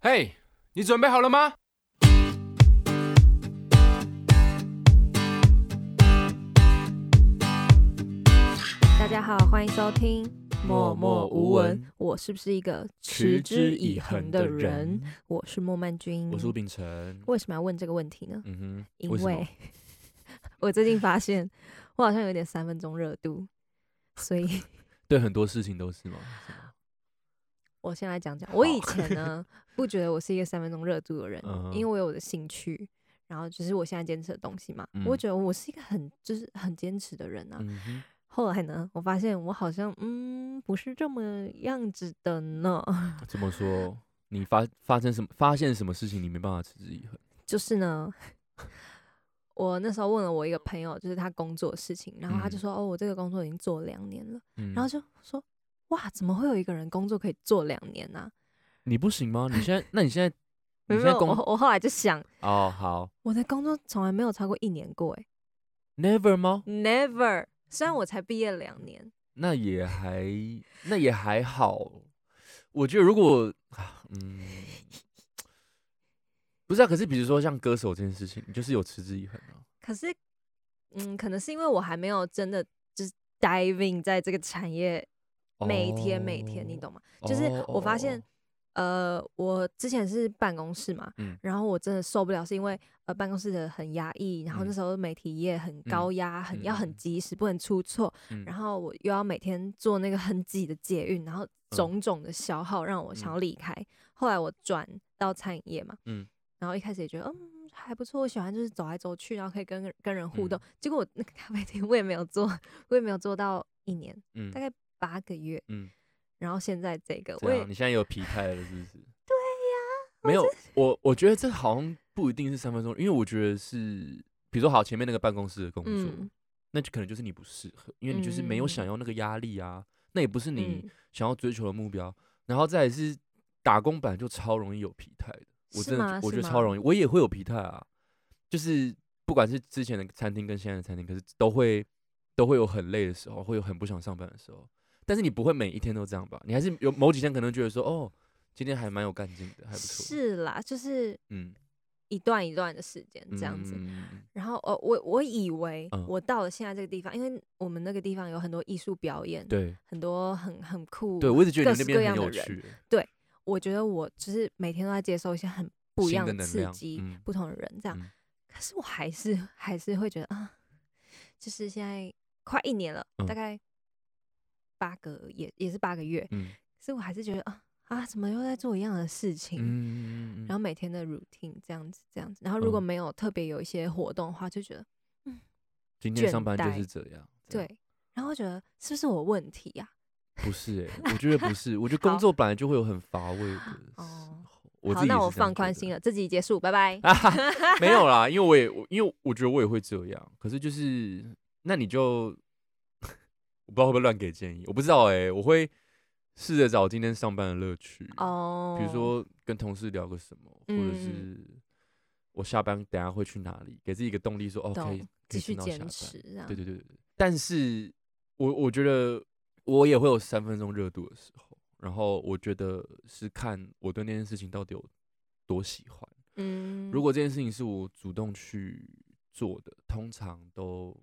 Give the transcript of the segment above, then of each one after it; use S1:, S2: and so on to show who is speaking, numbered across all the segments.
S1: 嘿、你准备好了吗？
S2: 大家好，欢迎收听《
S1: 默默无闻》。
S2: 我是不是一个持之以恒的人？，我是莫曼君。
S1: 我是吴秉承。
S2: 为什么要问这个问题呢？
S1: 嗯哼，
S2: 因
S1: 什么
S2: 为 我最近发现我好像有点三分钟热度，所以
S1: 对很多事情都是嘛。是吗
S2: 我先来讲讲。我以
S1: 好
S2: 前呢不觉得我是一个三分钟热度的人，
S1: 嗯哼
S2: 因为我有我的兴趣，然后就是我现在坚持的东西嘛。
S1: 嗯
S2: 我觉得我是一个很就是很坚持的人啊。
S1: 嗯哼，
S2: 后来呢，我发现我好像嗯不是这么样子的呢。
S1: 怎么说？你发发生什么？发现什么事情你没办法持之以恒？
S2: 就是呢，我那时候问了我一个朋友，就是他工作的事情，然后他就
S1: 嗯
S2: 说：“哦，我这个工作已经做了两年了。
S1: 嗯，
S2: 然后就说：“哇，怎么会有一个人工作可以做两年呢、
S1: 你不行 吗？你现在，那你现在，你
S2: 没有
S1: 现
S2: 没
S1: 在
S2: 有，
S1: 工
S2: 我我后来就想，
S1: 哦好
S2: 我的工作从来没有超过一年过、欸，
S1: ，never 吗？
S2: n e v e r 虽然我才毕业两年，
S1: 那也还，那也还好。我觉得如果，啊嗯，不是啊。可是比如说像歌手这件事情，你就是有持之以恒啊。
S2: 可是，嗯，可能是因为我还没有真的就是 diving 在这个产业，每天每天，你
S1: 哦
S2: 懂吗？就是
S1: 哦
S2: 我发
S1: 哦
S2: 现
S1: 哦，
S2: 呃，我之前是办公室嘛，
S1: 嗯
S2: 然后我真的受不了，是因为呃办公室的很压抑，然后那
S1: 嗯
S2: 时候媒体业很高压，很要
S1: 嗯
S2: 很及时，不能出错，
S1: 嗯
S2: 然后我又要每天做那个很挤的捷运，然后种种的消耗让我想要离开。后来我转到餐饮业嘛，
S1: 嗯
S2: 然后一开始也觉得嗯还不错，我喜欢就是走来走去，然后可以跟跟人互动。
S1: 嗯
S2: 结果我那个咖啡厅我也没有做，我也没有做到一年，
S1: 嗯
S2: 大概八个月，
S1: 嗯，
S2: 然后现在这个
S1: 这
S2: 我也
S1: 样你现在有疲态了是 不是？对呀、没有我，我觉得这好像不一定是三分钟，因为我觉得是，比如说好前面那个办公室的工作，
S2: 嗯
S1: 那就可能就是你不适合，因为你就是没有
S2: 嗯
S1: 想要那个压力啊，那也不是你
S2: 嗯
S1: 想要追求的目标。然后再来是打工本来就超容易有疲态的，我
S2: 是
S1: 真的
S2: 吗
S1: 觉我觉
S2: 是
S1: 得超
S2: 吗
S1: 容易，我也会有疲态啊，就是不管是之前的餐厅跟现在的餐厅，可是都会都会有很累的时候，会有很不想上班的时候。但是你不会每一天都这样吧？你还是有某几天可能觉得说，哦，今天还蛮有干劲的，还不错。，
S2: 是啦，就是
S1: 嗯，
S2: 一段一段的时间这样子。
S1: 嗯嗯嗯
S2: 然后呃，我我以为
S1: 嗯
S2: 我到了现在这个地方，因为我们那个地方有很多艺术表演，
S1: 对
S2: 很多很很酷。
S1: 对，我一直觉得
S2: 各
S1: 你那
S2: 式各
S1: 边
S2: 样
S1: 很
S2: 的
S1: 有
S2: 人
S1: 趣，
S2: 我觉得我就是每天都在接受一些很不一
S1: 新
S2: 样
S1: 的
S2: 的
S1: 能
S2: 刺
S1: 量
S2: 激，
S1: 嗯
S2: 不同的人这样。
S1: 嗯
S2: 可是我还是还是会觉得啊，就是现在快一年了，
S1: 嗯
S2: 大概八个也也是八个月，
S1: 嗯
S2: 可是我还是觉得啊啊，怎么又在做一样的事情？
S1: 嗯，
S2: 然后每天的 routine 这样子，这样子。然后如果
S1: 嗯
S2: 没有特别有一些活动的话，就觉得
S1: 今天上
S2: 倦
S1: 班就
S2: 怠
S1: 是这样，这样
S2: 对，然后觉得是不是我问题呀、
S1: 不是哎、我觉得不是，我觉得工
S2: 好
S1: 作本来就会有很乏味的时候。
S2: 哦
S1: 我
S2: 好，
S1: 自己
S2: 那
S1: 是
S2: 我
S1: 这样
S2: 放
S1: 觉
S2: 宽
S1: 得
S2: 心了，这集结束，拜拜。
S1: 啊哈，没有啦，因为我也我因为我觉得我也会这样，可是就是那你就 我不知道会不会乱给建议，我不知道哎、我会试着找今天上班的乐趣，
S2: 哦，
S1: 比如说跟同事聊个什么，或者
S2: 嗯
S1: 是我下班等下会去哪里，给自己一个动力说哦，可以
S2: 懂，
S1: 可
S2: 继
S1: 以
S2: 续
S1: 撑到下
S2: 坚
S1: 班，
S2: 持这样。
S1: 对对对对对，但是我我觉得我也会有三分钟热度的时候，然后我觉得是看我对那件事情到底有多喜欢。
S2: 嗯，
S1: 如果这件事情是我主动去做的，通常都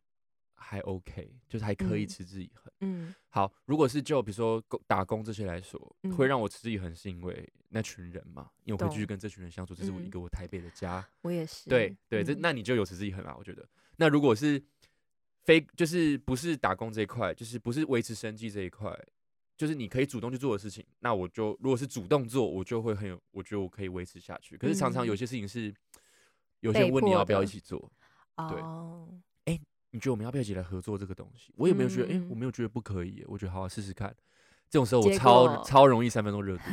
S1: 还 OK，就是还可以
S2: 嗯
S1: 持之以恒。
S2: 嗯
S1: 好，如果是就比如说工打工这些来说，会
S2: 嗯
S1: 让我持之以恒，是因为那群人嘛，因为我会继续
S2: 懂
S1: 跟这群人相处，这是我一
S2: 嗯
S1: 个我台北的家。
S2: 我也是，
S1: 对对，这
S2: 嗯
S1: 那你就有持之以恒啦，我觉得。那如果是非就是不是打工这一块，就是不是维持生计这一块，就是你可以主动去做的事情，那我就如果是主动做，我就会很有，我觉得我可以维持下去。可是常常有
S2: 嗯
S1: 些事情是，有些人
S2: 被
S1: 问你
S2: 迫
S1: 要不要一
S2: 的
S1: 起做，对
S2: 哦，
S1: 你觉得我们要不要一起来合作这个东西？我也没有觉得，哎、
S2: 嗯
S1: 我没有觉得不可以耶，我觉得好好啊试试看。这种时候我
S2: 结
S1: 超
S2: 果
S1: 超容易三分钟 热度，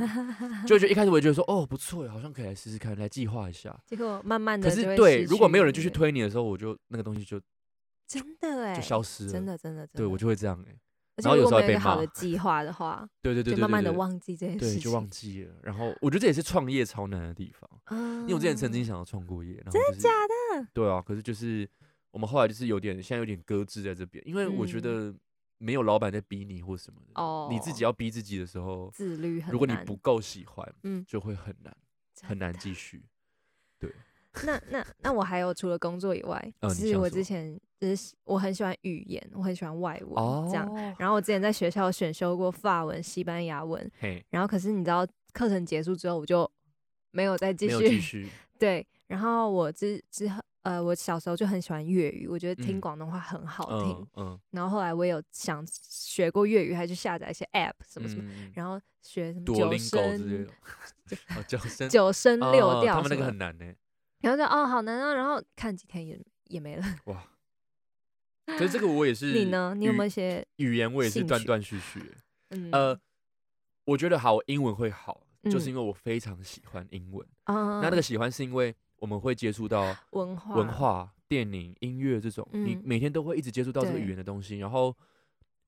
S1: 就觉得一开始我也觉得说，哦不错耶，好像可以来试试看，来计划一下。
S2: 结果慢慢的
S1: 可
S2: 就会
S1: 是
S2: 失
S1: 对，
S2: 去
S1: 如果没有人继
S2: 那
S1: 续
S2: 个，
S1: 推你的时候，我就那个东西就
S2: 真的哎，
S1: 就消失了。
S2: 真，的真的真的，
S1: 对我就会这样哎、
S2: 而
S1: 然后有
S2: 且如
S1: 时候
S2: 果
S1: 还
S2: 没有一
S1: 被
S2: 个好的
S1: 骂
S2: 计划的话，
S1: 对对对
S2: 就
S1: 对，
S2: 慢慢的
S1: 对
S2: 忘记这件事
S1: 对
S2: 情，
S1: 就忘记了。然后我觉得这也是创业超难的地方，
S2: 嗯，
S1: 因为我之前曾经想要创过业，然后、就是、真的假的？对啊，可是就是我们后来就是有点现在有点搁置在这边，因为我觉
S2: 嗯
S1: 得没有老板在逼你或什么的，
S2: 哦，
S1: 你自己要逼自己的时候，
S2: 自律很难，
S1: 如果你不够喜欢，
S2: 嗯
S1: 就会很难。很难继续。
S2: 那那那我还有除了工作以外，
S1: 呃你
S2: 其实
S1: 想
S2: 我
S1: 什
S2: 之
S1: 么
S2: 前就是我很喜欢语言，我很喜欢外文
S1: 哦，
S2: 这样。然后我之前在学校选修过法文、西班牙文，
S1: 嘿，
S2: 然后可是你知道课程结束之后我就没有再继
S1: 没有继
S2: 续。
S1: 续，
S2: 对，然后我之之后呃，我小时候就很喜欢粤语，我觉得听
S1: 嗯
S2: 广东话很好听。
S1: 嗯嗯，
S2: 然后后来我有想学过粤语，还去下载一些 App 什么什么，
S1: 么
S2: 然后学什么
S1: 多
S2: 九
S1: 林狗嗯之类
S2: 声
S1: 的， 哦，九声
S2: 九声六
S1: 哦
S2: 调、
S1: 他们那个很难呢。
S2: 然后就哦好难啊，然后看几天也也没了。
S1: 哇，可是这个我也是，
S2: 你呢？你有没有一些
S1: 语言？我也是
S2: 兴
S1: 断
S2: 趣
S1: 断续续。
S2: 嗯
S1: 呃，我觉得好，我英文会好，就是
S2: 嗯
S1: 因为我非常喜欢英文。
S2: 啊
S1: 那那个喜欢是因为我们会接触到
S2: 文化
S1: 文化、电影、音乐这种，你
S2: 嗯
S1: 每天都会一直接触到这个
S2: 对
S1: 语言的东西。然后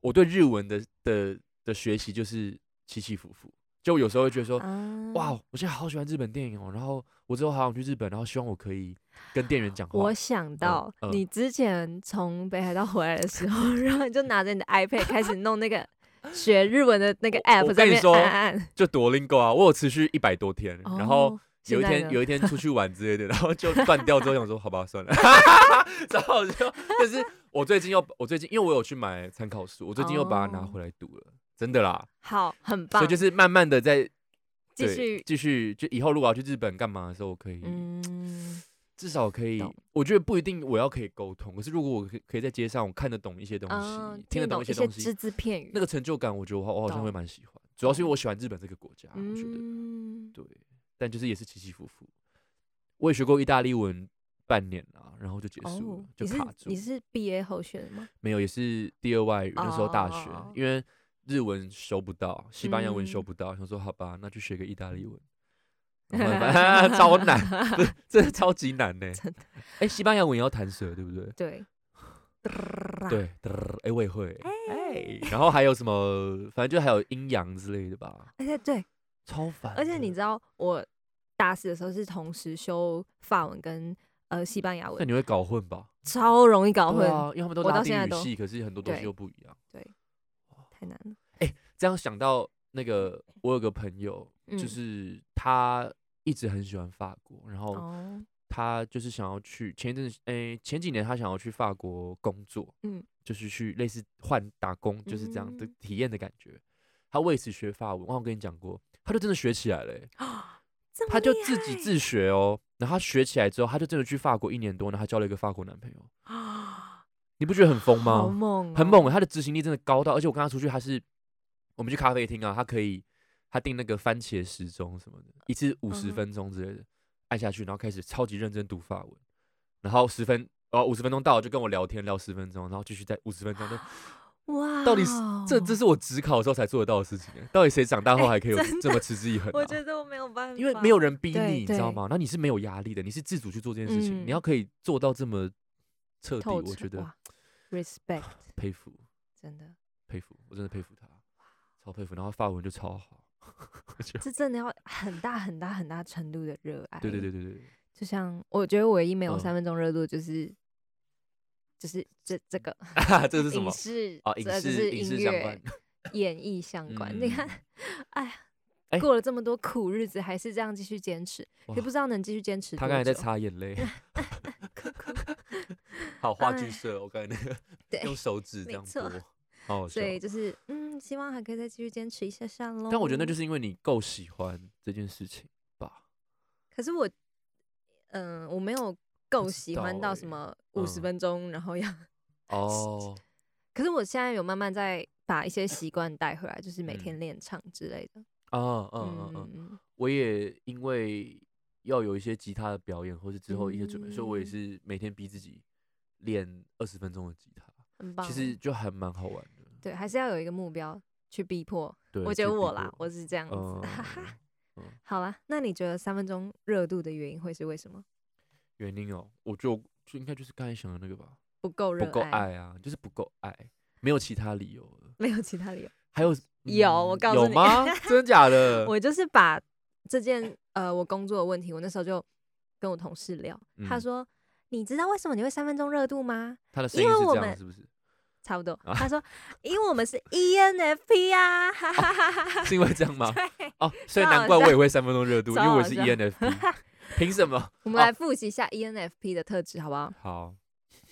S1: 我对日文的的的学习就是起起伏伏，就我有时候会觉得说，
S2: 啊
S1: 哇，哦我现在好喜欢日本电影哦，然后我之后好想去日本，然后希望我可以跟店员讲话。
S2: 我想到
S1: 呃
S2: 你之前从北海道回来的时候，然后你就拿着你的 iPad 开始弄那个 学日文的那个
S1: 我
S2: app，
S1: 我
S2: 在
S1: 跟你
S2: 那边
S1: 说
S2: 按按。
S1: 就多林 o 啊，我有持续一百多天，然后
S2: 哦
S1: 有一
S2: 现在
S1: 天
S2: 呢
S1: 有一天出去玩之类的，然后就断掉之后想说好吧算了， 然后我就就是我最近又我最近因为我有去买参考书，我最近又把它拿
S2: 哦
S1: 回来读了，真的啦，
S2: 好，很棒，
S1: 所以就是慢慢的在
S2: 继
S1: 对
S2: 续
S1: 继续，就以后如果要去日本干嘛的时候，我可以、
S2: 嗯，
S1: 至少可以
S2: 懂，
S1: 我觉得不一定我要可以沟通，可是如果我可以可以在街上我看得懂一些东西，
S2: 啊
S1: 听得
S2: 懂
S1: 懂一些
S2: 些
S1: 东西
S2: 只，字片语，
S1: 那个成就感，我觉得我好我好像会
S2: 懂
S1: 蛮喜欢，主要是因为
S2: 懂
S1: 我喜欢日本这个国家，我觉得。
S2: 嗯，
S1: 对，但就是也是起起伏伏。我也学过意大利文半年啊，然后就结束了，
S2: 哦，
S1: 就
S2: 你是
S1: 卡住
S2: 你。是毕业候选的吗？
S1: 没有，也是第二外语，那时候大学、
S2: 哦
S1: 因为日文修不到，西班牙文修
S2: 嗯
S1: 不到，想说好吧，那就学个意大利 文。然后 超难，这真的超级难呢、
S2: 真的
S1: 哎、西班牙文也要弹舌，对不对？
S2: 对，啊
S1: 对，哎、诶我也会。哎、然后还有什么？反正就还有阴阳之类的吧，
S2: 而且对，
S1: 超烦的。
S2: 而且你知道，我大四的时候是同时修法文跟呃西班牙
S1: 那
S2: 文，
S1: 你会搞混吧？
S2: 超容易搞
S1: 对
S2: 混，
S1: 啊，因为他们都
S2: 我
S1: 拉
S2: 到现
S1: 丁
S2: 在
S1: 语
S2: 都
S1: 系，可是很多东西
S2: 对
S1: 又不一样。
S2: 太难了。
S1: 这样想到那个，我有个朋友，
S2: 嗯
S1: 就是他一直很喜欢法国，然后
S2: 哦，
S1: 他就是想要去前一阵子，诶、前几年他想要去法国工作，
S2: 嗯
S1: 就是去类似换打工，就是这样的
S2: 嗯
S1: 体验的感觉。他为此学法文，我好像跟你讲过，他就真的学起来了欸、
S2: 这么
S1: 他就
S2: 厉
S1: 自己自学哦。然后他学起来之后，他就真的去法国一年多，然后他交了一个法国男朋友，
S2: 害啊，
S1: 你不觉得很疯吗？
S2: 好猛、
S1: 很猛欸，他的执行力真的高到，而且我跟他出去，他是我们去咖啡厅啊，他可以他订那个番茄时钟什么的，一次五十
S2: 嗯
S1: 分钟之类的，按下去，然后开始超级认真读法文，然后十分哦五十分钟到了就跟我聊天聊十分钟，然后继续在五十分钟，就
S2: 哦哇！哦
S1: 到底是这这是我职考的时候才做得到的事情欸，到底谁长大后还可以有
S2: 哎真
S1: 这么持之以恒、
S2: 我
S1: 啊？
S2: 觉得我没有办法，
S1: 因为没有人逼
S2: 对
S1: 你，你知道
S2: 对
S1: 吗？那你是没有压力的，你是自主去做这件事情，
S2: 嗯
S1: 你要可以做到这么彻底，
S2: 透
S1: 我觉
S2: 彻
S1: 得
S2: 哇 respect
S1: 佩服。
S2: 真的，
S1: 佩服，我真的佩服他，超佩服。然后法文就超好，我就
S2: 这真的要很大很大很大程度的热爱。
S1: 对对对，对对，
S2: 就像我觉得唯一没有
S1: 嗯
S2: 三分钟热度就是、就是这这个
S1: 啊 这是什
S2: 影
S1: 么
S2: 视
S1: 啊？影
S2: 这就
S1: 视
S2: 是
S1: 影
S2: 音
S1: 视相关
S2: 乐 演艺相关。
S1: 嗯
S2: 你看，哎呀
S1: 哎。
S2: 过了这么多苦日子，还是这样继续坚持，可
S1: 哇
S2: 不知道能继续坚持
S1: 他
S2: 多
S1: 刚才在
S2: 久
S1: 擦眼泪，
S2: 哭哭
S1: 好话剧
S2: 哎
S1: 社，我刚才那个
S2: 对
S1: 用手指这
S2: 没
S1: 样拨
S2: 错，
S1: 好好笑
S2: 所。以就是，嗯，希望还可以再继续坚持一下下喽。
S1: 但我觉得那就是因为你够喜欢这件事情吧，
S2: 可是我，嗯、我没有够喜欢
S1: 欸
S2: 到什么五十
S1: 嗯
S2: 分钟，然后要。
S1: 哦，
S2: 可是我现在有慢慢在把一些习惯带回来，就是每
S1: 嗯
S2: 天练唱之类的。
S1: 啊啊啊
S2: 嗯
S1: 啊！
S2: 嗯
S1: 我也因为要有一些吉他的表演，或是之后一些准备，所以我也
S2: 嗯
S1: 是每天逼自己练二十分钟的吉他，
S2: 很棒。
S1: 其实就还蛮好玩的。
S2: 对，还是要有一个目标去逼迫。
S1: 对，
S2: 我觉
S1: 去
S2: 得
S1: 逼
S2: 我啦，
S1: 迫
S2: 我是这样子。
S1: 嗯，
S2: 好啦，那你觉得三分钟热度的原因会是为什么？
S1: 原因哦，我就就应该就是刚才想的那个吧，
S2: 不够热
S1: 不够，爱啊，就是不够爱，没有其他理由了。
S2: 没有其他理由。
S1: 还有
S2: 有我
S1: 嗯
S2: 告
S1: 有
S2: 诉你
S1: 吗？真假的？
S2: 我就是把这件呃我工作的问题，我那时候就跟我同事聊，他
S1: 嗯
S2: 说：“你知道为什么你会三分钟热度吗？
S1: 他的声
S2: 因
S1: 音
S2: 为
S1: 是
S2: 我
S1: 这样，
S2: 们
S1: 是不是？
S2: 差不多。他说，因为我们是 E ENFP 啊，哈哈哈哈哈。
S1: 是因为这样吗？
S2: 对，
S1: 哦，所以
S2: 超好
S1: 难怪我
S2: 笑
S1: 也会三分钟热度，因
S2: 超
S1: 为我
S2: 好
S1: 是 E
S2: 笑
S1: ENFP，凭什么？
S2: 我们来复习一下 E ENFP 的特质，好不好？
S1: 好，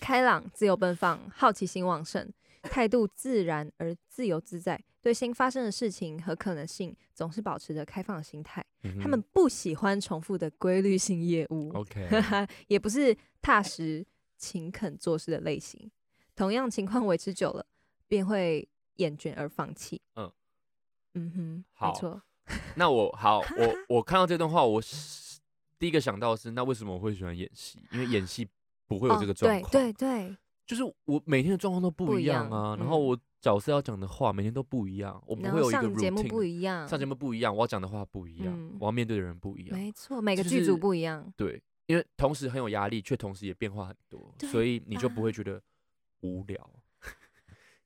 S2: 开朗、自由奔放、好奇心旺盛，态度自然而自由自在，对新发生的事情和可能性总是保持着开放的心态。
S1: 嗯
S2: 他们
S1: 哼
S2: 不喜欢重复的规律性业务
S1: OK，
S2: 也不是踏实勤恳做事的类型。同样情况维持久了，便会厌倦而放弃。
S1: 嗯
S2: 嗯哼，
S1: 好
S2: 没错，
S1: 那我好， 我我看到这段话，我是第一个想到的是，那为什么我会喜欢演戏？因为演戏不会有这个状
S2: 哦
S1: 况，
S2: 对对对，
S1: 就是我每天的状况都
S2: 不
S1: 不
S2: 一
S1: 一样啊，
S2: 样
S1: 然后
S2: 嗯
S1: 我角色要讲的话每天都不一样，我不
S2: 然
S1: 会有
S2: 后
S1: 一个
S2: 上节目不
S1: routine，
S2: 一样，
S1: 上节目不一样，我要讲的话不一样，
S2: 嗯
S1: 我要面对的人不一样，
S2: 没错，每个
S1: 就
S2: 剧
S1: 是
S2: 组不一样。
S1: 对，因为同时很有压力，却同时也变化很多，
S2: 对
S1: 所以你就不
S2: 吧
S1: 会觉得无聊。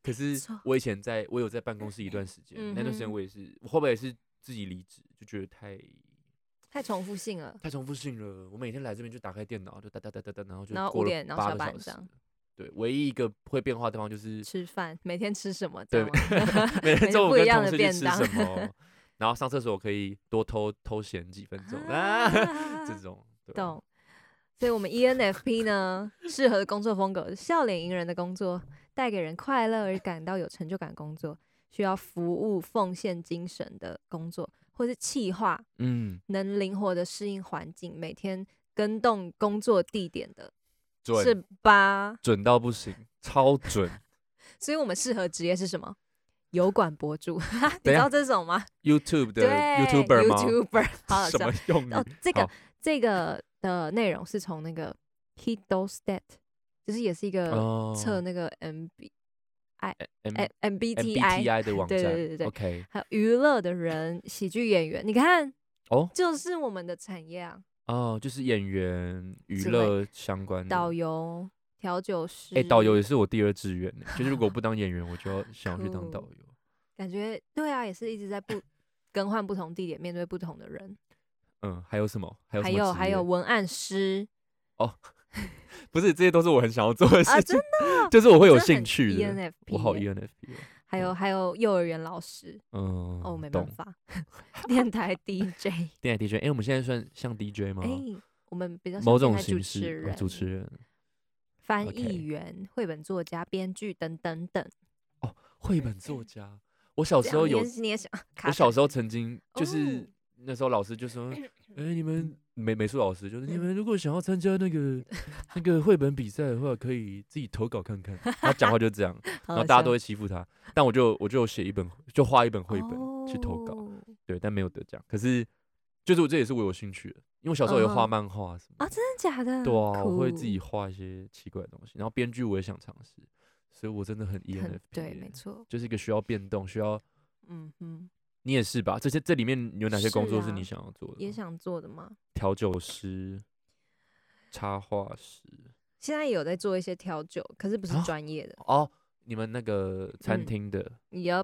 S1: 可是
S2: 错
S1: 我以前在我有在办公室一段时间，那段时
S2: 嗯
S1: 间
S2: 哼
S1: 我也是，我后来也是自己离职，就觉得太
S2: 太重复性了。
S1: 太重复性了。我每天来这边就打开电脑，就哒哒哒哒哒，然后就
S2: 然后
S1: 过
S2: 5
S1: 了
S2: 点然后
S1: 八
S2: 下
S1: 个
S2: 班
S1: 小
S2: 这
S1: 时
S2: 样。
S1: 对，唯一一个会变化的地方就是
S2: 吃饭，每天吃什么？
S1: 对
S2: 这样吗
S1: 每
S2: 每
S1: 天
S2: 天
S1: 中午
S2: 不一
S1: 跟
S2: 样
S1: 同
S2: 的
S1: 事去
S2: 便
S1: 吃
S2: 当
S1: 什么，然后上厕所可以多偷偷闲几分钟啊， 这种对啊
S2: 懂。所以，我们 E ENFP 呢，适合的工作风格是笑脸迎人的工作，带给人快乐而感到有成就感的工作，需要服务奉献精神的工作，或是企划，
S1: 嗯，
S2: 能灵活的适应环境，每天跟动工作地点的，
S1: 准
S2: 是吧？
S1: 准到不行，超准。
S2: 所以我们适合职业是什么？油管博主，
S1: 等一
S2: 你知
S1: 下
S2: 道这种吗？
S1: YouTube 的
S2: 对
S1: 啊 YouTuber 吗
S2: YouTuber，好 好
S1: 什
S2: 笑
S1: 么。用语？
S2: 哦，这个
S1: 嗯好
S2: 这个的内容是从那个 Hidostat，就是也是一个
S1: 哦
S2: 呃
S1: 嗯
S2: 测哎那个 MB、
S1: M
S2: M- MBTI，
S1: MBTI 的网站，
S2: 对对对对对
S1: OK，
S2: 还有娱乐的人、喜剧演员，你看
S1: 哦
S2: 就是我们的产业啊，
S1: 哦，就是演员、娱
S2: 之类
S1: 乐相关的
S2: 导。游、调酒师。
S1: 嗯哎，导游也是我第二志愿欸，就是如果不当演员，我就要想要去当
S2: 酷
S1: 导游。
S2: 感觉对啊，也是一直在不更换不同地点，面对不同的人。
S1: 嗯，还有什么？还有
S2: 还
S1: 什么
S2: 有
S1: 职
S2: 还有
S1: 业，
S2: 文案师
S1: 不是这些 都是我很想要做的
S2: 啊，
S1: 事
S2: 真
S1: 情，
S2: 的
S1: 就是我会有
S2: 真的很
S1: 兴
S2: ，E
S1: 趣的。
S2: ENFP，
S1: 我好
S2: 耶
S1: ENFP 哦。
S2: 还有还有幼儿园老师，
S1: 嗯，
S2: 哦，没办
S1: 懂。
S2: 法， 电台 DJ，
S1: 电台 DJ，哎，我们现在算像 DJ 吗
S2: 哎、？我们比较像
S1: 嗯某
S2: 电
S1: 种
S2: 台
S1: 形
S2: 主持
S1: 式，哦
S2: 人、
S1: 主持人。
S2: 翻
S1: OK
S2: 译员、绘本作家、编剧等等等。
S1: 绘本作家。我小
S2: 我
S1: 时候有，
S2: 你也想，哎卡
S1: 我小时候曾经就是、
S2: 哦
S1: 那时候老师就 说：“哎、你们美美术老师就是你
S2: 嗯
S1: 们如果想要参加那 个那个绘本比赛的话，可以自己投稿看 看。”他讲话就这样，
S2: 然
S1: 然后大家都会欺负他。但我就我就写一本，就画一本绘本去投稿，
S2: 哦
S1: 对，但没有得奖。可是就是我这也是我有兴趣的，因为我小时候也会画
S2: 嗯
S1: 漫画什么的
S2: 啊、真的假的？
S1: 对啊，我会自己
S2: 酷
S1: 画一些奇怪的东西。然后编剧我也想尝试，所以我真的很 E ENFP，
S2: 很对，
S1: 耶
S2: 没错，
S1: 就是一个需要变动，需要
S2: 嗯嗯，
S1: 你也是吧？这些这里面有哪些工作
S2: 是
S1: 是
S2: 啊
S1: 你想要做的
S2: 也
S1: 吗？
S2: 想做的嘛。
S1: 调酒师、插画师
S2: 现在也有在做一些调酒，可是不是
S1: 啊
S2: 专业的。
S1: 哦，你们那个餐
S2: 呃嗯
S1: 厅的、
S2: Yup，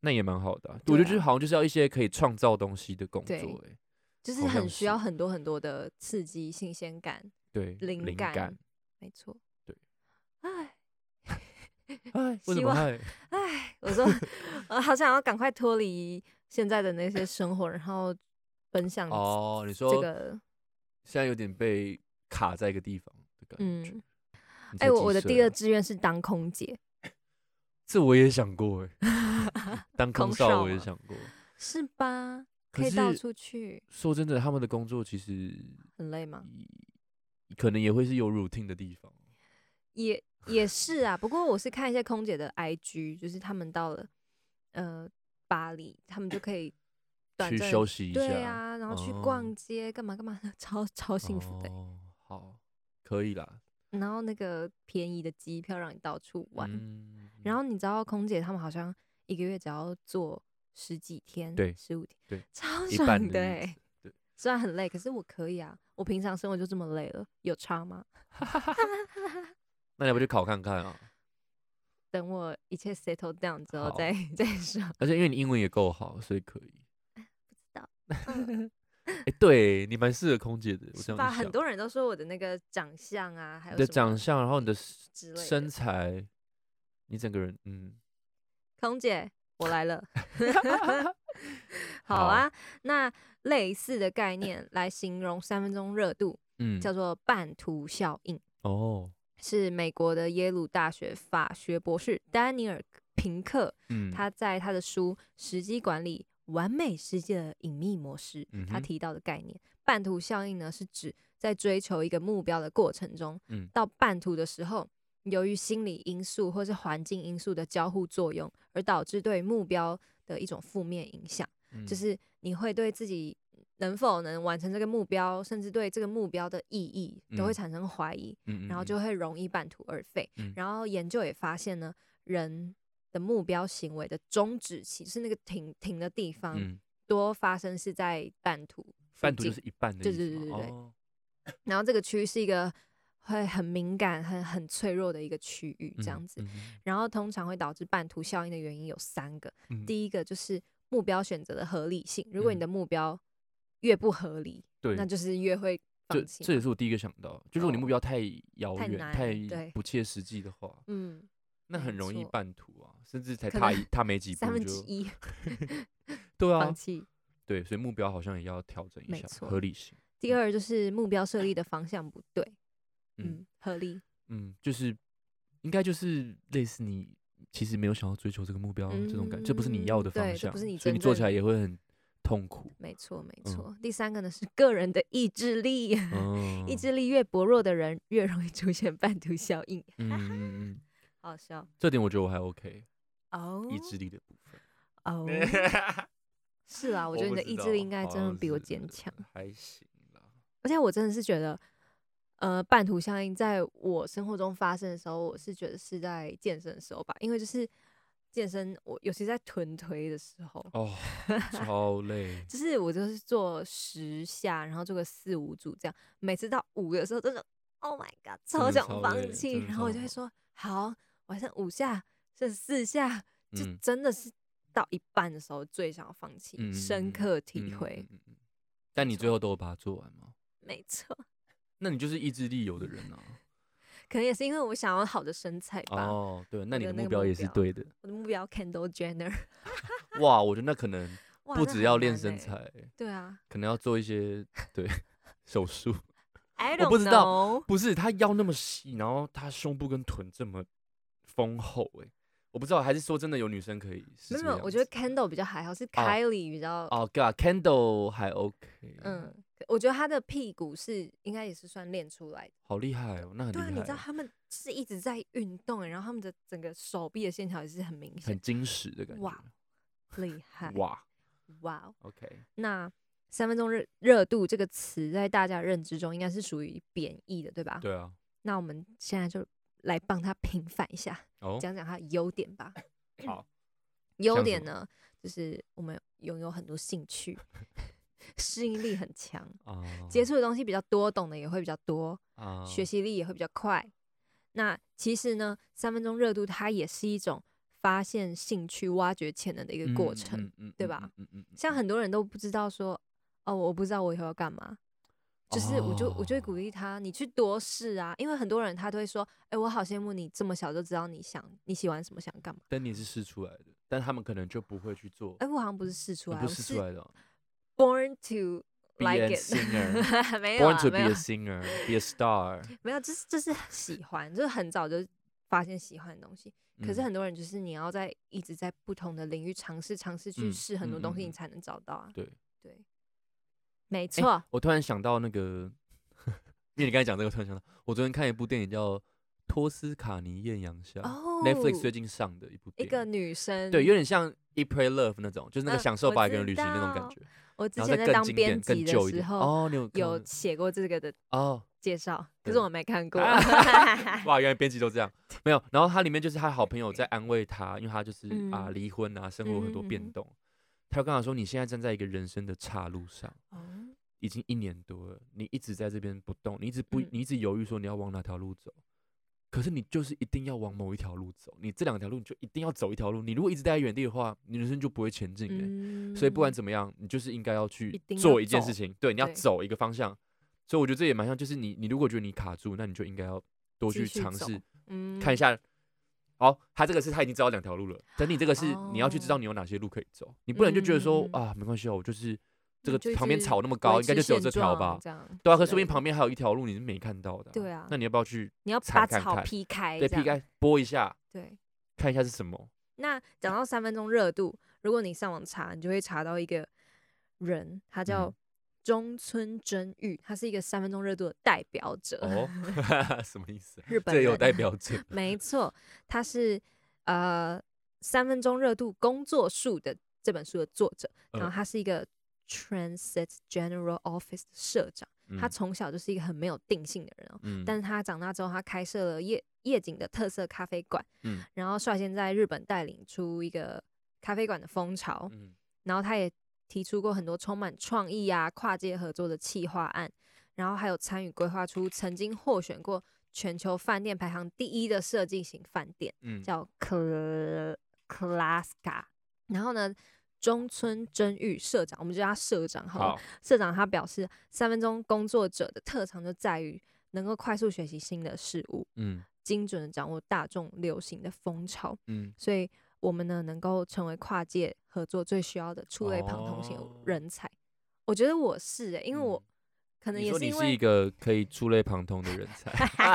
S1: 那也蛮好的啊、
S2: 对
S1: 我就觉得
S2: 啊
S1: 好像就是要一些可以创造东西的工作、
S2: 对
S1: 欸，
S2: 就是
S1: 好
S2: 很
S1: 像
S2: 需要
S1: 是
S2: 很多很多的刺激、新鲜感，
S1: 对，
S2: 灵
S1: 灵
S2: 感
S1: 感。
S2: 没错。
S1: 对，
S2: 哎
S1: 哎，为什
S2: 希
S1: 么
S2: 望
S1: 哎？
S2: 哎，我说我好想要赶快脱离现在的那些生活，然后奔向
S1: 哦，你说
S2: 这个
S1: 现在有点被卡在一个地方的感觉。
S2: 嗯
S1: 你
S2: 哎、
S1: 才
S2: 我
S1: 几
S2: 我的
S1: 岁
S2: 第二
S1: 啊
S2: 志愿是当空姐，
S1: 这我也想过 哎、当
S2: 空
S1: 空
S2: 少
S1: 少我也
S2: 嘛
S1: 想过。
S2: 是吧？
S1: 可
S2: 可以到
S1: 是
S2: 处去，
S1: 说真的，他们的工作其实
S2: 很累吗？
S1: 可能也会是有 routine 的地方。
S2: 也也是啊，不过我是看一些空姐的 IG，就是他们到了呃巴黎，他们就可以短
S1: 去
S2: 暂
S1: 休息一下，
S2: 对啊，然后去
S1: 哦
S2: 逛街干嘛干嘛的， 超超幸福的。
S1: 哦，好，可以啦。
S2: 然后那个便宜的机票让你到处玩，
S1: 嗯
S2: 然后你知道空姐她们好像一个月只要做十几天，
S1: 对
S2: 十五天，
S1: 对
S2: 超
S1: 一半
S2: 爽
S1: 的日
S2: 欸
S1: 子对
S2: 虽然很累，可是我可以啊，我平常生活就这么累了，有差吗？
S1: 那你要不去考看看啊？
S2: 等我一切 settle down 之后
S1: 好
S2: 再 再 说。
S1: 而且因为你英文也够好，所以可以。
S2: 道
S1: 哎、对你蛮适合空姐的，我
S2: 是
S1: 这样
S2: 吧？
S1: 一
S2: 很
S1: 想
S2: 多人都说我的那个长相啊，还有
S1: 你的
S2: 什么
S1: 长相，然后你的
S2: 之类的
S1: 身材，你整个人，嗯，
S2: 空姐，我来 了。 好啊，那类似的概念来形容三分钟热度，
S1: 嗯，
S2: 叫做半途效应，
S1: 哦，
S2: 是美国的耶鲁大学法学博士丹尼尔·平克
S1: 嗯，
S2: 他在他的书《时机管理：完美世界的隐秘模式》
S1: 嗯
S2: 他
S1: 哼
S2: 提到的概念，半途效应呢，是指在追求一个目标的过程中，
S1: 嗯
S2: 到半途的时候，由于心理因素或是环境因素的交互作用，而导致对目标的一种负面影响，就
S1: 嗯
S2: 是你会对自己。能否能完成这个目标，甚至对这个目标的意义，都会
S1: 嗯
S2: 产生怀疑。
S1: 嗯嗯
S2: 然后
S1: 嗯
S2: 就会容易半途而废。
S1: 嗯
S2: 然后研究也发现呢，人的目标行为的终止期，就是那个停停的地方，
S1: 嗯，
S2: 多发生是在半途附
S1: 半途
S2: 近
S1: 就是一半的
S2: 对
S1: 意
S2: 对
S1: 思
S2: 对
S1: 嘛
S2: 对对
S1: 哦
S2: 然后这个区域是一个会很敏感、很很脆弱的一个区域，这样子。
S1: 嗯嗯
S2: 然后通常会导致半途效应的原因有三个，
S1: 嗯
S2: 第一个就是目标选择的合理性，如果
S1: 嗯
S2: 你的目标越不合理，
S1: 对，
S2: 那就是越会
S1: 这
S2: 放弃
S1: 这也
S2: 嘛。
S1: 是我第一个想到，就如果你
S2: 哦
S1: 目标太遥
S2: 太
S1: 远、
S2: 难
S1: 太
S2: 对
S1: 不切实际的话，
S2: 嗯，
S1: 那
S2: 没
S1: 很容易
S2: 错
S1: 半途啊，甚至才
S2: 可
S1: 踏
S2: 能
S1: 一踏没几步
S2: 三分之
S1: 就
S2: 一
S1: 对啊
S2: 放，弃。
S1: 对，所以目标好像也要调整一
S2: 没
S1: 下
S2: 错
S1: 合理性。
S2: 第二就是目标设立的方向不对，
S1: 嗯
S2: 嗯，合理，
S1: 嗯，就是应该就是类似你其实没有想要追求这个目标这种感，这不是你要的
S2: 嗯对
S1: 方
S2: 这
S1: 向，
S2: 不是你
S1: 所以
S2: 真
S1: 你做起
S2: 正。
S1: 来也会很痛苦
S2: 没错没
S1: 嗯
S2: 错。第三个呢是个人的意志力，
S1: 嗯，
S2: 意志力越薄弱的人越容易出现半途效应，
S1: 嗯嗯嗯嗯，
S2: 好笑
S1: 这点我觉得我还 OK，
S2: 哦
S1: 意志力的部分。
S2: 哦， 是啦，我觉得你的意志力应
S1: 哦
S2: 该真的比我坚强，，
S1: 还行啦。
S2: 而且我真的是觉得。呃，半途效应在我生活中发生的时候，我是觉得是在健身的时候吧，因为就是健身，我尤其在臀推的时候，，
S1: 哦，超累
S2: 就是我就是做十下，然后做个四五组这样，每次到五的时候，真的 Oh my God，
S1: 真的
S2: 超想
S1: 超
S2: 放
S1: 累真
S2: 弃，
S1: 的
S2: 然后我就
S1: 超
S2: 会说好，我还剩五下，剩四下， 就
S1: 嗯
S2: 真的是到一半的时候最想要放弃，
S1: 嗯
S2: 深刻体
S1: 嗯
S2: 会，
S1: 嗯嗯嗯但你最后都有把它做完吗？
S2: 没错，
S1: 那你就是意志力有的人 啊。
S2: 可能也是因为我想要好的身材吧，
S1: 哦，对，那
S2: 我
S1: 你
S2: 的
S1: 的
S2: 那
S1: 目
S2: 个目
S1: 标也是
S2: 标
S1: 对的。
S2: 我的目标 Kendall Jenner，
S1: 哇，我觉得那可能
S2: 哇
S1: 不
S2: 那
S1: 只
S2: 很
S1: 要练
S2: 难
S1: 身
S2: 欸
S1: 材，
S2: 对啊
S1: 可能要做一些对手术。
S2: ，I
S1: 我不
S2: don't
S1: 知道
S2: know，
S1: 不是他腰那么细，然后他胸部跟臀这么丰厚、欸，我不知道，还是说真的有女生可以是这
S2: 没
S1: 个
S2: 有没
S1: 样子？
S2: 有，我觉得 Kendall 比较还好，是 Kylie 比较
S1: 哦，God，Candle 还 OK，
S2: 嗯，我觉得他的屁股是应该也是算练出来的。
S1: 好厉害哦，那很厉
S2: 对啊，
S1: 害，
S2: 你知道他们就是一直在运动欸，然后他们的整个手臂的线条也是很明显
S1: 很，精实的感觉，
S2: 哇厉害
S1: 哇
S2: 哇哦！
S1: ，OK，
S2: 那三分钟热热度这个词在大家认知中应该是属于贬义的，对吧？
S1: 对啊，
S2: 那我们现在就来帮他平反一下，
S1: 哦，
S2: 讲讲他的优点吧。
S1: 好，
S2: 优
S1: 像
S2: 点
S1: 什
S2: 呢，就是我们拥有很多兴趣， 适应力很强，
S1: 啊，
S2: 接触的东西比较多，懂的也会比较多。
S1: 啊，
S2: 学习力也会比较快。那其实呢，三分钟热度它也是一种发现兴趣、挖掘潜能的一个
S1: 嗯
S2: 过程。，
S1: 嗯嗯
S2: 对
S1: 嗯
S2: 吧
S1: 嗯嗯嗯嗯
S2: 像很多人都不知道说，哦，我不知道我以后要干嘛。就是我就我就会鼓
S1: 哦
S2: 励他，你去多试啊，因为很多人他都会说，哎、我好羡慕你这么小就知道你想你喜欢什么，想干嘛。
S1: 但你是试出来的，但他们可能就不会去做
S2: 哎、，我好像不啊是试出
S1: 你
S2: 来，
S1: 不
S2: 我
S1: 是试出来的哦
S2: born to
S1: ，be
S2: like
S1: a
S2: it，
S1: singer。
S2: 没有
S1: Born
S2: 啊
S1: to，be
S2: 没有
S1: a singer, be a star。
S2: 没有，就是就是喜欢，就是很早就发现喜欢的东西。 可是
S1: 嗯
S2: 很多人就是你要在一直在不同的领域尝试尝试去
S1: 嗯
S2: 试很多
S1: 嗯嗯
S2: 东西，你
S1: 嗯
S2: 才能找到啊。
S1: 对
S2: 对，没错。
S1: 我突然想到那个，因为你刚才讲这个，突然想到，我昨天看一部电影叫《托斯卡尼艳阳下》
S2: 哦
S1: n e t f l i x 最近上的一部
S2: 一
S1: 电
S2: 个
S1: 影，
S2: 女生，
S1: 对，有点像《E Pray Love》那种，就是那个
S2: 嗯
S1: 享受
S2: 我
S1: 吧一个
S2: 知
S1: 人旅行那种感
S2: 道
S1: 觉。
S2: 我之
S1: 然后
S2: 前
S1: 再
S2: 在
S1: 更
S2: 当
S1: 经典、
S2: 编辑
S1: 更
S2: 的
S1: 旧一
S2: 时
S1: 点。
S2: 候
S1: 哦，你有看
S2: 有
S1: 到
S2: 写过这个的
S1: 哦，
S2: 介绍，可是
S1: 对
S2: 我没看过。哎
S1: 啊 哇，原来编辑都这样。没有，然后它里面就是他好朋友在安慰他，因为他就是、啊
S2: 嗯
S1: 离婚啊，生活很多
S2: 嗯嗯嗯
S1: 变
S2: 嗯
S1: 动。他就跟他说：“你现在站在一个人生的岔路上，
S2: 哦
S1: 已经一年多了，你一直在这边不动，你一直不，
S2: 嗯
S1: 你一直犹豫说你要往哪条路走。可是你就是一定要往某一条路走，你这两条路你就一定要走一条路。你如果一直待在原地的话，你人生就不会前进、欸。
S2: 嗯
S1: 所以不管怎么样，你就是应该要去
S2: 一定要
S1: 做一件
S2: 走
S1: 事情，对，你要
S2: 对
S1: 走一个方向。所以我觉得这也蛮像，就是你你如果觉得你卡住，那你就应该要多
S2: 继
S1: 去
S2: 续
S1: 尝
S2: 走
S1: 试
S2: 嗯
S1: 看一下好，他这个是他已经知道两条路了，但你这个是你要去知道
S2: 哦
S1: 你有哪些路可以走，你不能就觉得说
S2: 嗯嗯嗯
S1: 啊没关系啊，我就是这
S2: 你
S1: 个
S2: 就一
S1: 旁边
S2: 直
S1: 草那么高，
S2: 维
S1: 应该就
S2: 持
S1: 只有
S2: 现
S1: 这条
S2: 状
S1: 吧？
S2: 这样
S1: 对啊，
S2: 之
S1: 可是说不
S2: 类
S1: 定
S2: 的
S1: 旁边还有一条路你是没看到的啊、
S2: 对啊
S1: 那你要不要去
S2: 你要
S1: 踩
S2: 把
S1: 看
S2: 草
S1: 看
S2: 劈开，
S1: 对
S2: 这
S1: 劈
S2: 样
S1: 开拨一下，
S2: 对。
S1: 看一下是什 么？
S2: 那讲到三分钟热度，如果你上网查，你就会查到一个人，他叫
S1: 嗯
S2: 中村真玉，他是一个三分钟热度的代表者，
S1: 哦， 什么意思？
S2: 日本
S1: 这
S2: 人
S1: 有代表 者
S2: 没错，他是呃三分钟热度工作术的这本书的作者，然
S1: 嗯
S2: 后他是一个 Transit General Office 的社长，他
S1: 嗯
S2: 从小就是一个很没有定性的人哦。
S1: 嗯
S2: 但是他长大之后，他开设了夜夜景的特色咖啡馆，
S1: 嗯
S2: 然后率先在日本带领出一个咖啡馆的风潮，
S1: 嗯
S2: 然后他也提出过很多充满创意啊、跨界合作的企划案，然后还有参与规划出曾经获选过全球饭店排行第一的设计型饭店，
S1: 嗯
S2: 叫 Cl Claska。然后呢，中村真玉社长，我们就叫他社长好了。
S1: 好，
S2: 社长他表示，三分钟工作者的特长就在于能够快速学习新的事物，
S1: 嗯
S2: 精准的掌握大众流行的风潮。
S1: 嗯，
S2: 所以我们呢能够成为跨界合作最需要的触类旁通型的
S1: 哦
S2: 人才。我觉得我是、欸，因为我、
S1: 嗯
S2: 可能
S1: 你
S2: 也
S1: 说
S2: 是
S1: 你
S2: 因
S1: 是一
S2: 为
S1: 个可以触类旁通的人才，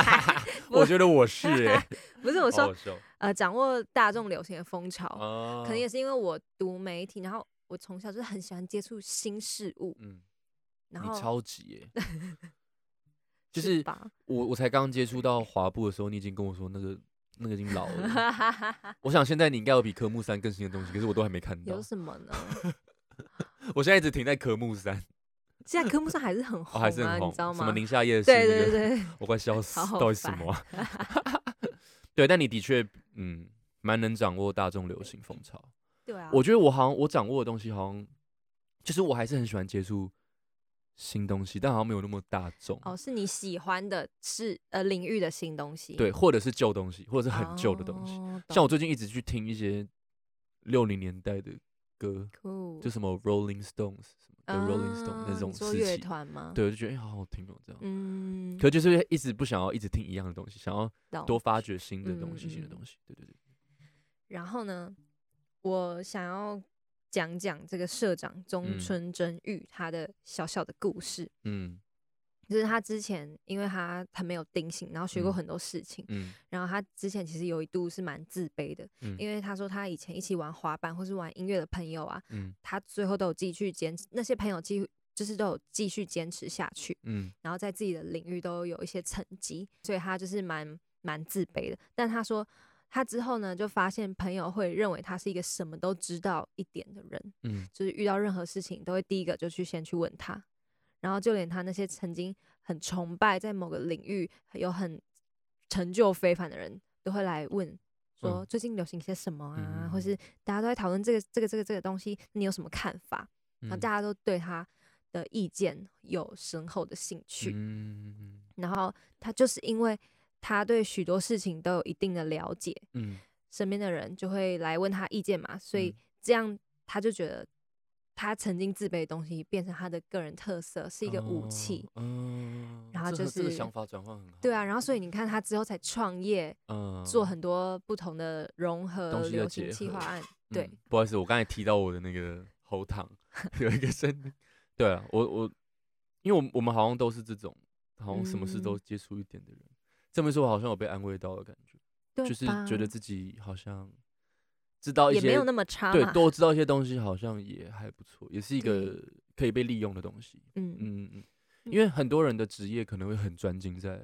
S1: 我觉得我是哎、
S2: 不是我
S1: 我
S2: 说、
S1: 说
S2: 呃掌握大众流行的风潮，
S1: 哦，
S2: 可能也是因为我读媒体，然后我从小就是很喜欢接触新事物，
S1: 嗯，
S2: 然
S1: 你
S2: 后
S1: 超级哎、就是
S2: 吧，
S1: 我我才刚接触到滑步的时候，你已经跟我说那个那个已经老 了，我想现在你应该有比科目三更新的东西，可是我都还没看到
S2: 有，什么呢？
S1: 我现在一直停在科目三，
S2: 现在科目上还是很
S1: 哦、
S2: 红啊，
S1: 还是很
S2: 你
S1: 红，
S2: 知道
S1: 什
S2: 吗
S1: 么？宁夏夜市、那
S2: 对
S1: 个，
S2: 对对 对，
S1: 我快笑死，
S2: 好
S1: 到底什
S2: 烦
S1: 么、 啊？ 对，但你的确，嗯，蛮能掌握大众流行风潮。
S2: 对啊，
S1: 我觉得我好像我掌握的东西，好像就是我还是很喜欢接触新东西，但好像没有那么大众。
S2: 哦是你喜欢的是呃领域的新东西，
S1: 对，或者是旧东西，或者是很旧的东西。
S2: 哦
S1: 像我
S2: 懂
S1: 最近一直去听一些六零年代的歌，
S2: 酷
S1: 就什么 Rolling Stones 什么的 Rolling Stone
S2: 啊
S1: 那
S2: 你
S1: 种
S2: 说
S1: 事
S2: 乐
S1: 情，
S2: 团吗？，
S1: 对，我就觉得哎、好好听哦，这样。
S2: 嗯，
S1: 可就是一直不想要一直听一样的东西，想要
S2: 懂
S1: 多发掘新的
S2: 嗯
S1: 东西，
S2: 嗯
S1: 新的
S2: 嗯
S1: 东西。对对对，
S2: 然后呢，我想要讲讲这个社长中
S1: 嗯
S2: 村真玉他的小小的故事，
S1: 嗯
S2: 就是他之前因为他很没有定性，然后学过
S1: 嗯
S2: 很多事情，
S1: 嗯
S2: 然后他之前其实有一度是蛮自卑的，
S1: 嗯
S2: 因为他说他以前一起玩滑板或是玩音乐的朋友啊，
S1: 嗯
S2: 他最后都有继续坚持，那些朋友继就是都有继续坚持下去，
S1: 嗯
S2: 然后在自己的领域都有一些成绩，所以他就是蛮蛮自卑的。但他说，他之后呢，就发现朋友会认为他是一个什么都知道一点的人，
S1: 嗯
S2: 就是遇到任何事情都会第一个就去先去问他，然后就连他那些曾经很崇拜在某个领域有很成就非凡的人，都会来问。说
S1: 嗯
S2: 最近流行些什么啊，
S1: 嗯
S2: 或是大家都在讨论这个这个这个这个东西，你有什么看法？然后
S1: 嗯
S2: 大家都对他的意见有深厚的兴趣。
S1: 嗯
S2: 然后他就是因为他对许多事情都有一定的了解，
S1: 嗯
S2: 身边的人就会来问他意见嘛，所以
S1: 嗯
S2: 这样他就觉得他曾经自卑的东西变成他的个人特色，是一个武器。
S1: 哦嗯，
S2: 然后
S1: 这
S2: 就
S1: 个这个
S2: 是
S1: 想法转换很好，
S2: 对啊，然后所以你看他之后才创业，
S1: 嗯，
S2: 做很多不同的融合
S1: 东西的
S2: 流行
S1: 结
S2: 企
S1: 合
S2: 划案。对
S1: 嗯，不好意思，我刚才提到我的那 个喉糖有一个声，对啊，我我因为我们我们好像都是这种，好像什么事都
S2: 嗯
S1: 接触一点的人。这么一说，我好像有被安慰到的感觉，
S2: 对
S1: 就是
S2: 吧
S1: 觉得自己好像知道一
S2: 也没
S1: 些
S2: 有那么差
S1: 对
S2: 嘛，。
S1: 多知道一些东西，好像也还不错，也是一
S2: 对
S1: 个可以被利用的东西。
S2: 嗯嗯，
S1: 嗯嗯嗯，因为很多人的职业可能会很专精在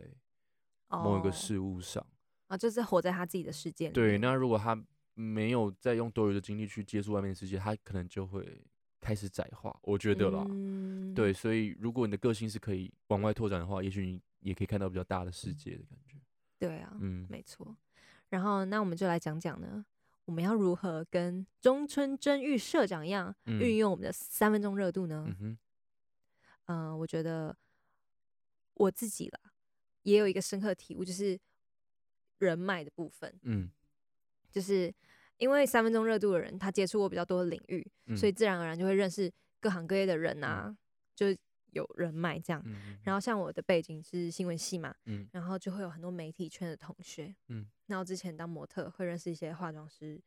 S1: 某一个
S2: 哦
S1: 事物上。
S2: 啊，就是活在他自己的世界里
S1: 对，
S2: 面。
S1: 那如果他没有再用多余的精力去接触外面的世界，他可能就会开始窄化，我觉得啦。
S2: 嗯
S1: 对，所以如果你的个性是可以往外拓展的话，也许你也可以看到比较大的世界的感觉。
S2: 对啊，
S1: 嗯，
S2: 没错。然后，那我们就来讲讲呢，我们要如何跟中村真玉社长一样，
S1: 嗯
S2: 运用我们的三分钟热度呢？
S1: 嗯哼，
S2: 嗯、我觉得我自己啦，也有一个深刻体悟，就是人脉的部分，
S1: 嗯，
S2: 就是因为三分钟热度的人，他接触过比较多的领域，
S1: 嗯
S2: 所以自然而然就会认识各行各业的人啊，就有人脉这样。
S1: 嗯，
S2: 然后像我的背景是新闻系嘛，
S1: 嗯
S2: 然后就会有很多媒体圈的同学，
S1: 嗯，
S2: 然后之前当模特会认识一些化妆师、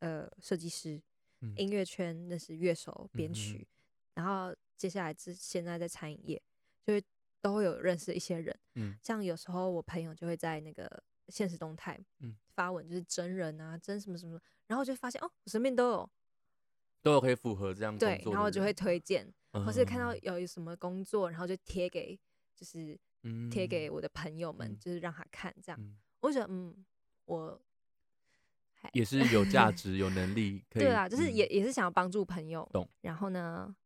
S2: 呃设计师，
S1: 嗯
S2: 音乐圈认识乐手、
S1: 嗯嗯
S2: 编
S1: 嗯
S2: 曲，然后接下来是现在在餐饮业，就会都会有认识一些人，
S1: 嗯
S2: 像有时候我朋友就会在那个现实动态，
S1: 嗯
S2: 发文就是真人啊，真什么什么，然后就发现哦，我身边都有
S1: 都有可以符合这样
S2: 对
S1: 工，作
S2: 然后
S1: 的
S2: 我就
S1: 人
S2: 会，推荐，
S1: 嗯
S2: 或是看到有什么工作，然后就贴给就是
S1: 嗯
S2: 贴给我的朋友们，
S1: 嗯
S2: 就是让他看这样。
S1: 嗯
S2: 我觉得嗯，我还
S1: 也是有价值、有能力可以。
S2: 对啊，就是
S1: 嗯
S2: 也、也是想要帮助朋友。
S1: 懂。
S2: 然后呢，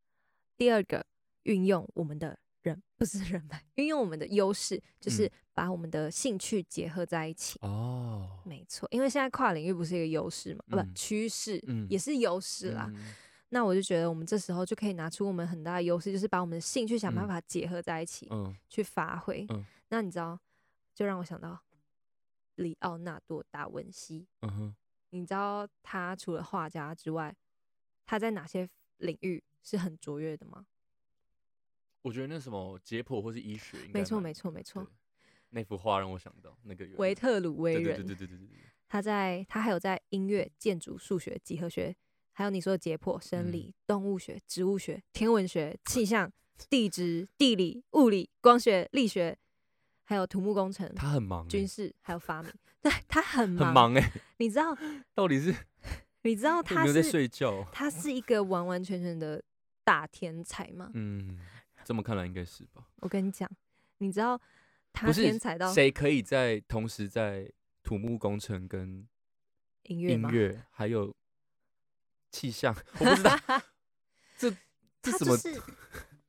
S2: 第二个运用我们的人不是人脉，运用我们的优势，就是
S1: 嗯
S2: 把我们的兴趣结合在一起。
S1: 哦，
S2: 没错，因为现在跨领域不是一个优势嘛，啊不
S1: 嗯
S2: 趋势，
S1: 嗯
S2: 也是优势啦。
S1: 嗯
S2: 那我就觉得我们这时候就可以拿出我们很大的优势，就是把我们的兴趣想办
S1: 嗯
S2: 法结合在一起、
S1: 嗯，
S2: 去发挥。
S1: 嗯
S2: 那你知道，就让我想到里奥纳多·达文西，
S1: 嗯哼，
S2: 你知道他除了画家之外，他在哪些领域是很卓越的吗？
S1: 我觉得那什么解剖或是医学应该蛮，
S2: 没错，没错，没错
S1: 对，。那幅画让我想到那个有
S2: 维
S1: 一个
S2: 特鲁威
S1: 对对
S2: 人，
S1: 对对对对对对，
S2: 他在他还有在音乐、建筑、数学、几何学，还有你说的解剖、生
S1: 嗯
S2: 理、动物学、植物学、天文学、气象、地质、地理、物理、光学、力学，还有土木工程、
S1: 他很忙欸，
S2: 军事，还有 发明。对他很忙，欸
S1: 很忙 哎，
S2: 你知道，
S1: 到底是
S2: 你知道
S1: 有
S2: 他
S1: 没有在
S2: 是
S1: 睡觉？
S2: 他是一个完完全全的大天才吗？
S1: 嗯，这么看来应该是吧？
S2: 我跟你讲，你知道他
S1: 不是
S2: 天才到
S1: 谁可以在同时在土木工程跟
S2: 音乐
S1: 音
S2: 吗？
S1: 乐还有气 象，我不知道这这
S2: 他
S1: 怎
S2: 就
S1: 么
S2: 是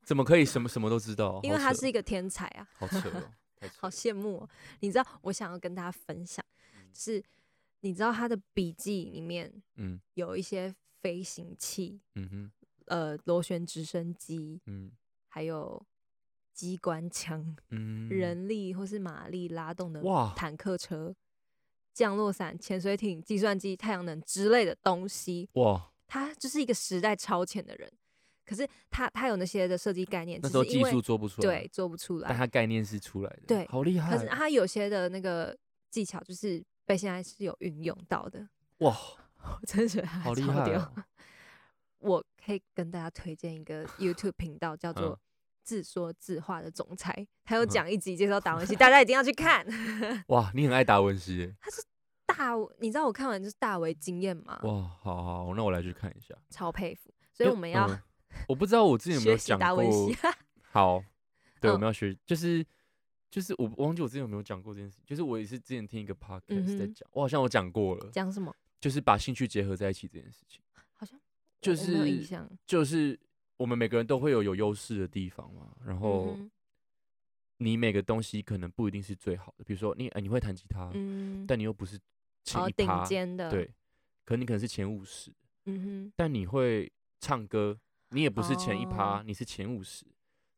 S1: 怎么可以什么什么都知道？
S2: 因为
S1: 好
S2: 他
S1: 扯
S2: 是一个天才啊，
S1: 好扯 哦，太扯
S2: 好
S1: 了
S2: 羡慕、哦。你知道，我想要跟大家分享，就是你知道他的笔记里面
S1: 嗯
S2: 有一些飞行器，
S1: 嗯哼
S2: 呃，螺旋直升机，
S1: 嗯
S2: 还有机关枪、
S1: 嗯，
S2: 人力或是马力拉动的
S1: 哇
S2: 坦克车、降落伞、潜水艇、计算机、太阳能之类的东西。
S1: 哇，
S2: 他就是一个时代超前的人。可是他他有那些的设计概念，
S1: 那
S2: 只
S1: 时候
S2: 是因
S1: 技
S2: 为
S1: 术做不出来，
S2: 对，做不出
S1: 但
S2: 来。
S1: 它概念是出来的，
S2: 对
S1: 好厉害啊
S2: 可是啊他有些的那个技巧，就是被现在是有运用到的。
S1: 哇，
S2: 我真的觉得他
S1: 好厉
S2: 超
S1: 害
S2: 屌
S1: 哦，
S2: 我可以跟大家推荐 一个 YouTube 频道，叫做
S1: 嗯
S2: “自说自话的总裁”，他有
S1: 嗯
S2: 讲一集介绍达 文西，大家一定要去看。
S1: 哇，你很爱达文西 耶，
S2: 大，你知道我看完就是大为惊艳嘛，
S1: 哇，好好，那我来去看一下，
S2: 超佩服。所以我们要
S1: 嗯我不知道我之前有没
S2: 学
S1: 有
S2: 习
S1: 讲
S2: 达文西
S1: 过，。好，对，我
S2: 嗯
S1: 们要学，就是就是我我忘记我之前有没有讲过这件事，就是我也是之前听一个 podcast 在
S2: 嗯哼
S1: 讲，我好像我讲过了，
S2: 讲什么？
S1: 就是把兴趣结合在一起这件事情，
S2: 好像
S1: 就
S2: 我没有印
S1: 是
S2: 象。
S1: 就是我们每个人都会有有优势的地方嘛，然后
S2: 嗯
S1: 你每个东西可能不一定是最好的，比如说你哎、你会弹吉他
S2: 哼，嗯，
S1: 但你又不是前
S2: 哦，
S1: 一
S2: 顶
S1: 趴，
S2: 尖的，，
S1: 对，可你可能是前五十，
S2: 嗯
S1: 但你会唱歌，你也不是前一趴，
S2: 哦
S1: 你是前五十。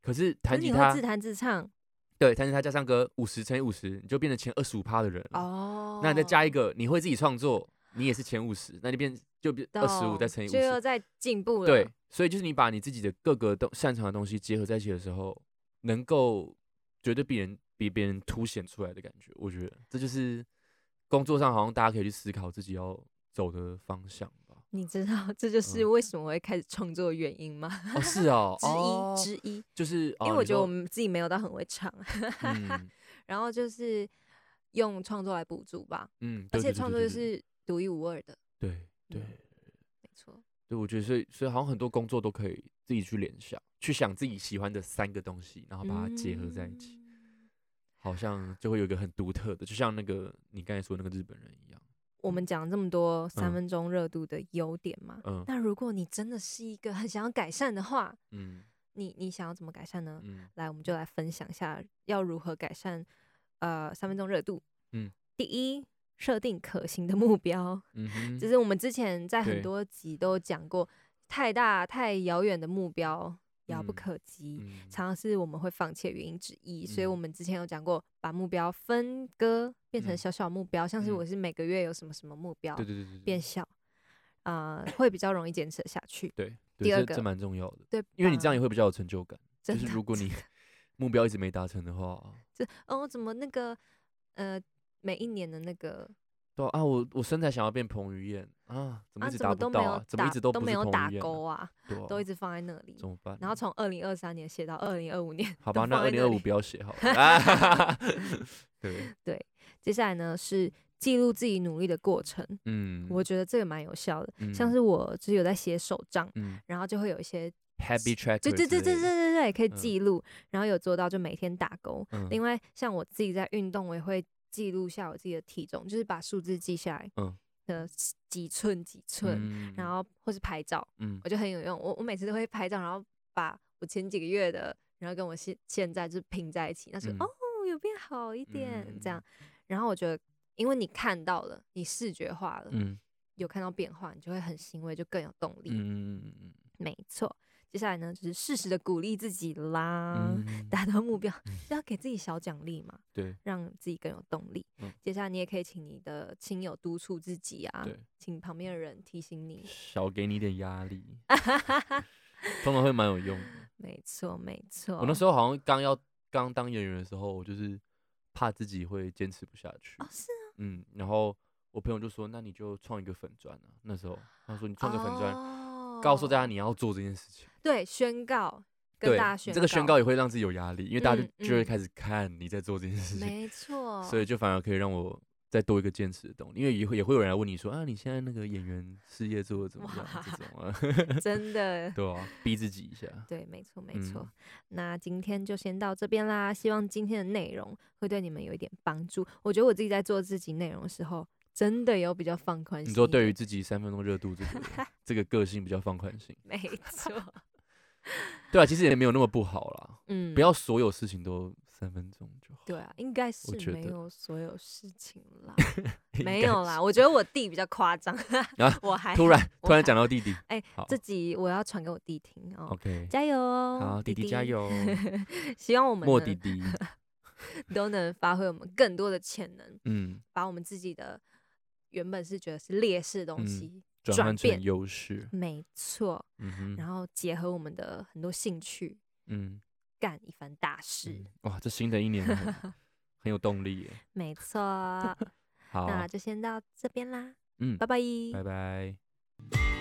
S1: 可是
S2: 哼，
S1: 弹
S2: 那
S1: 吉
S2: 你会
S1: 他嗯
S2: 自，弹自唱
S1: 对，弹吉他加上歌，五十乘以五十，你就变成前二十五趴的人了。
S2: 哦
S1: 那你再加一个，你会自己创作，你也是前五十，那就变就变二十五
S2: 懂
S1: 再乘以五
S2: 就又
S1: 十。
S2: 在进步了，
S1: 对，，所以就是你把你自己的各个东擅长的东西结合在一起的时候，能够绝对比人比别人凸显出来的感觉。我觉得这就是工作上好像大家可以去思考自己要走的方向吧。
S2: 你知道这
S1: 嗯
S2: 就是为什么我会开始创作的原因吗？，
S1: 哦，是哦
S2: 之
S1: 哦
S2: 一之一，
S1: 就是
S2: 因为我觉得我
S1: 们
S2: 们自己没有到很会唱，
S1: 嗯
S2: 然后就是用创作来补助吧，
S1: 嗯，
S2: 而
S1: 对
S2: 且
S1: 对对
S2: 创作
S1: 对
S2: 就
S1: 对
S2: 是独一无二的，
S1: 对对
S2: 嗯没错，
S1: 对，我觉得所以所以好像很多工作都可以自己去联想，去想自己喜欢的三个东西，然后把它结合在一起，
S2: 嗯
S1: 好像就会有一个很独特的，就像那个你刚才说那个日本人一样，
S2: 我们讲这么多三
S1: 嗯
S2: 分钟热度的优点嘛，
S1: 嗯
S2: 那如果你真的是一个很想要改善的话，
S1: 嗯
S2: 你你想要怎么改善呢？
S1: 嗯
S2: 来，我们就来分享一下要如何改善呃三分钟热度。
S1: 嗯，
S2: 第一，设定可行的目标，
S1: 嗯哼，
S2: 就是我们之前在很
S1: 对
S2: 多集都有讲过，太大太遥远的目标遥不
S1: 嗯
S2: 可及，
S1: 嗯
S2: 常常是我们会放弃的原因之一。所以
S1: 嗯
S2: 我们之前有讲过，把目标分割变成
S1: 嗯
S2: 小小目标，像是
S1: 嗯
S2: 我是每个月有什么什么目标
S1: 对对对对
S2: 变
S1: 对
S2: 小，啊、会比较容易坚持得下去。
S1: 对，对
S2: 第二
S1: 这
S2: 个
S1: 这蛮重要的，
S2: 对吧，呃
S1: 因为你这样也会比较有成就感，就
S2: 真
S1: 是
S2: 的
S1: 如 果你 目标一直没达成的话，
S2: 就哦，怎么那个呃，每一年的那个
S1: 对啊啊，我我身材想要变彭于晏啊，怎么
S2: 啊，
S1: 一直
S2: 怎
S1: 达
S2: 么
S1: 不
S2: 都没
S1: 到
S2: 有
S1: 啊？怎么一
S2: 打
S1: 直都
S2: 都
S1: 不
S2: 没
S1: 是
S2: 有
S1: 彭
S2: 打
S1: 于晏啊
S2: 勾啊，
S1: 对啊
S2: 都一直放在那里
S1: 怎。么办？
S2: 然后从二零二三年写到二零二五年，
S1: 好
S2: 都
S1: 吧，那二
S2: 放在
S1: 零二五
S2: 里
S1: 不要写好了。 啊对，
S2: 接下来呢是记录自己努力的过程，
S1: 嗯，
S2: 我觉得这个蛮有效的。
S1: 嗯
S2: 像是我就是有在写手账，
S1: 嗯
S2: 然后就会有一些，
S1: ，Happy Tracker，
S2: 对对对对
S1: 对，
S2: 对对对，可以
S1: 嗯
S2: 记录，然后有做到就每天打勾。
S1: 嗯
S2: 另外，像我自己在运动，我也会记录下我自己的体重，就是把数字记下来，
S1: 嗯
S2: 呃，几寸几寸，
S1: 嗯
S2: 然后或是拍照，
S1: 嗯
S2: 我就很有用。我我每次都会拍照，然后把我前几个月的，然后跟我现现在就是拼在一起，那是、
S1: 嗯
S2: 哦有变好一点、这
S1: 嗯
S2: 样。然后我觉得，因为你看到了，你视觉化了，
S1: 嗯
S2: 有看到变化，你就会很欣慰，就更有动力。
S1: 嗯嗯
S2: 没错。接下来呢，就是适时的鼓励自己啦，
S1: 嗯，
S2: 达到目标就要给自己小奖励嘛，
S1: 对，
S2: 让自己更有动力。
S1: 嗯
S2: 接下来你也可以请你的亲友督促自己啊
S1: 对，
S2: 请旁边的人提醒你。
S1: 少给你一点压力， 通常会蛮有用的。
S2: 没错，没错。
S1: 我那时候好像刚要刚当演员的时候，我就是怕自己会坚持不下去
S2: 哦，，是啊
S1: 嗯，然后我朋友就说：“那你就创一个粉砖啊。”那时候他说：“你创个粉砖，
S2: 哦砖
S1: 告诉大家
S2: 家
S1: 你要做这件事情。”
S2: 对宣告，跟
S1: 对
S2: 大家，宣
S1: 这个宣
S2: 告
S1: 告也会让自己有压力，因为大家就
S2: 嗯
S1: 就会
S2: 嗯
S1: 开始看你在做这件事情，
S2: 没错，
S1: 所以就反而可以让我再多一个坚持的动力，因为也会也会有人来问你说：“啊，你现在那个演员事业做的怎么样？”这
S2: 哇
S1: 种啊，
S2: 真的
S1: 对啊，逼自己一下。
S2: 对，没错，没错。
S1: 嗯
S2: 那今天就先到这边啦，希望今天的内容会对你们有一点帮助。我觉得我自己在做自己内容的时候，真的有比较放宽心一点。
S1: 你说对于自己三分钟热度这个 这个个性比较放宽心，
S2: 没 错，
S1: 对啊，其实也没有那么不好啦，
S2: 嗯，
S1: 不要所有事情都三分钟就好。
S2: 对啊，应该是
S1: 觉
S2: 没
S1: 得
S2: 有所有事情啦，
S1: 应
S2: 没
S1: 该
S2: 有啦。我觉得我弟比较夸张，
S1: 啊
S2: 我还
S1: 突
S2: 好
S1: 然
S2: 我
S1: 突然
S2: 还
S1: 讲到弟弟，
S2: 哎
S1: 好
S2: 这集我要传给我弟听哦。
S1: ，OK，
S2: 加油哦！
S1: 好，弟
S2: 弟
S1: 弟加！油，
S2: 希 望我们
S1: 莫
S2: 呢
S1: 弟弟，
S2: 都能发挥我们更多的潜能，
S1: 嗯，
S2: 把我们自己的原本是觉得是劣势的东
S1: 嗯
S2: 西，
S1: 转
S2: 转
S1: 换成
S2: 变
S1: 优势，
S2: 没错，
S1: 嗯哼，
S2: 然后结合我们的很多兴趣，
S1: 嗯，
S2: 干一番大事。
S1: 嗯哇，这新的一年很很有动力耶，
S2: 没 错，
S1: 好，
S2: 那就先到这边啦，
S1: 嗯，
S2: 拜拜
S1: 拜拜。